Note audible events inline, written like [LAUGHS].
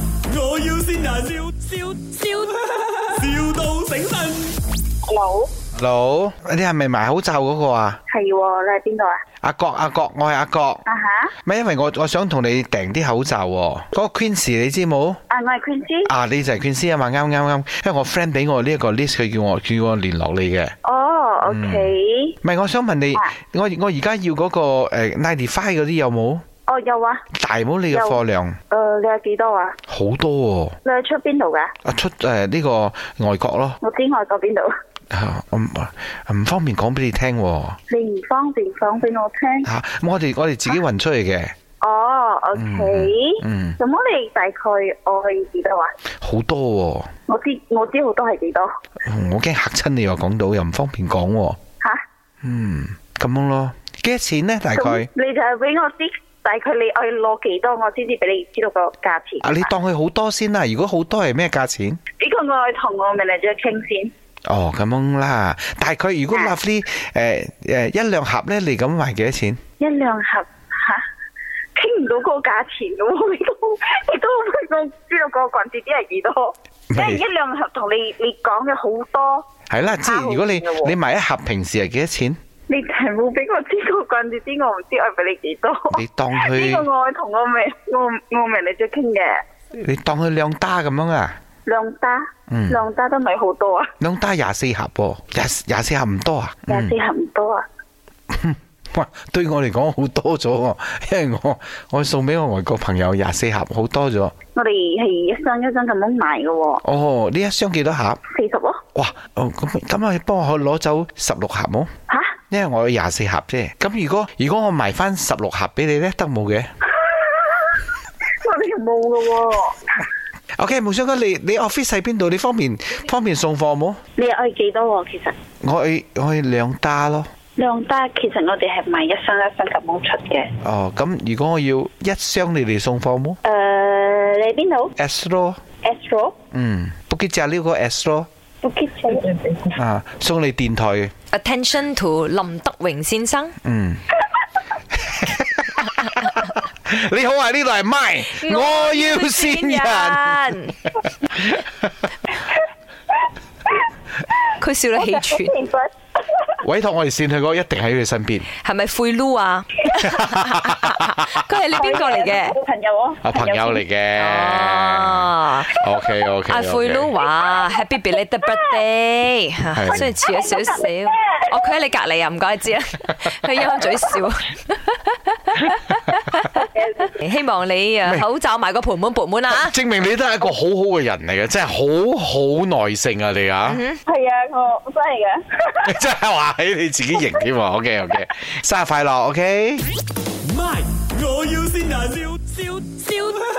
要先人，笑笑笑，,笑到醒神。 Hello，佬，你係咪賣口罩嗰個啊？係喎，你係邊個啊？阿國阿國，我係阿國。啊哈，咪因為我我想同你訂啲口罩喎、嗰、個 Quincy 你知冇？啊我係 Quincy，啊，你就係 Quincy 啊嘛，啱啱啱。因為我 friend 俾我呢一個 list，佢叫我叫我聯絡你嘅。哦，OK，嗯唔係，我想問你啊，我我而家要嗰、個誒 ninety five 嗰啲有冇？哦有啊，大冇你有嘅貨量誒你係幾多啊？好多喎、你係出邊度噶？啊出誒呢、個外國咯，我知外國邊度， [LAUGHS] 啊我唔唔方便講俾你聽喎、啊你唔方便講俾我聽。咁我哋我哋啊自己運出去嘅，哦，OK，嗯，咁我哋大概我去幾多啊？好多喎、我知我知好多係幾多嗯我驚嚇親你又講到又唔方便講喎、吓？嗯，咁樣咯，幾多錢呢？大咁概你就係俾我知大概你我要攞幾多，我先至俾你知道個價錢。啊，你當佢好多先啦。如果好多係咩價錢？呢個我係同我 manager 傾先。哦，咁樣啦。但係佢如果啊 lovely 誒誒呃一兩盒呢，你咁賣幾多錢？一兩盒吓，傾唔到嗰個價錢嘅喎，你都 [LAUGHS] 你都唔知道個棍子啲係幾多，即係未一兩盒同你你講嘅好多，係啦，即差好係如果你遠嘅喎你賣一盒平時係幾多錢？你係冇俾我知個棍子啲，我唔知我俾你幾多。你當呢個佢我係同我明我我明你最傾嘅，你當佢兩打咁樣啊？兩打嗯兩打都唔係好多啊，兩打廿四盒喎，廿廿四盒唔多啊？廿嗯四盒唔多啊。哇，對我嚟講好多咗喎， [LAUGHS] 因為我我送俾我外國朋友廿四盒好多咗。我哋係一箱一箱咁樣賣嘅喎，哦，呢一箱幾多盒？四十咯哇！哦，咁咁啊，你幫我攞走十六盒冇？吓，因為我有廿四盒啫。咁如果如果我賣翻十六盒俾你呢，得冇嘅我哋又冇嘅喎。 ？OK，無想哥，你你 office 喺邊度？你方便方便送貨冇？你愛幾多喎？其實我去我去兩打咯。兩打其實我哋係賣一箱一箱咁樣出嘅。哦，咁如果我要一箱，你哋送貨冇誒、你邊度？S 咯， ？Astro 嗯，book 只呢個 S 咯， Bukit 啊，送你電台嘅， [LAUGHS] Attention to 林德榮先生，嗯。你好啊，呢度係 My，我要線人。人。佢笑你氣喘，委託我哋線佢嗰個一定喺佢身邊。係咪灰擼啊？ [LAUGHS] 佢係你邊個嚟嘅？朋友啊，啊，朋友嚟嘅。哦， OK OK。阿灰擼話 Happy belated birthday，係雖然遲咗少少。哦，佢喺你隔離啊，唔該知啦。佢陰陰 [LAUGHS] 嘴笑，希望你啊口罩埋個盆滿缽滿啦啊！證明你都係一個好好嘅人嚟嘅，真係好好耐性啊你嗯啊，係啊，我真係嘅。你 [LAUGHS] 真係話喺你自己型添啊喎。OK OK，生日快樂，OK。啊咪，我要先人，笑笑笑，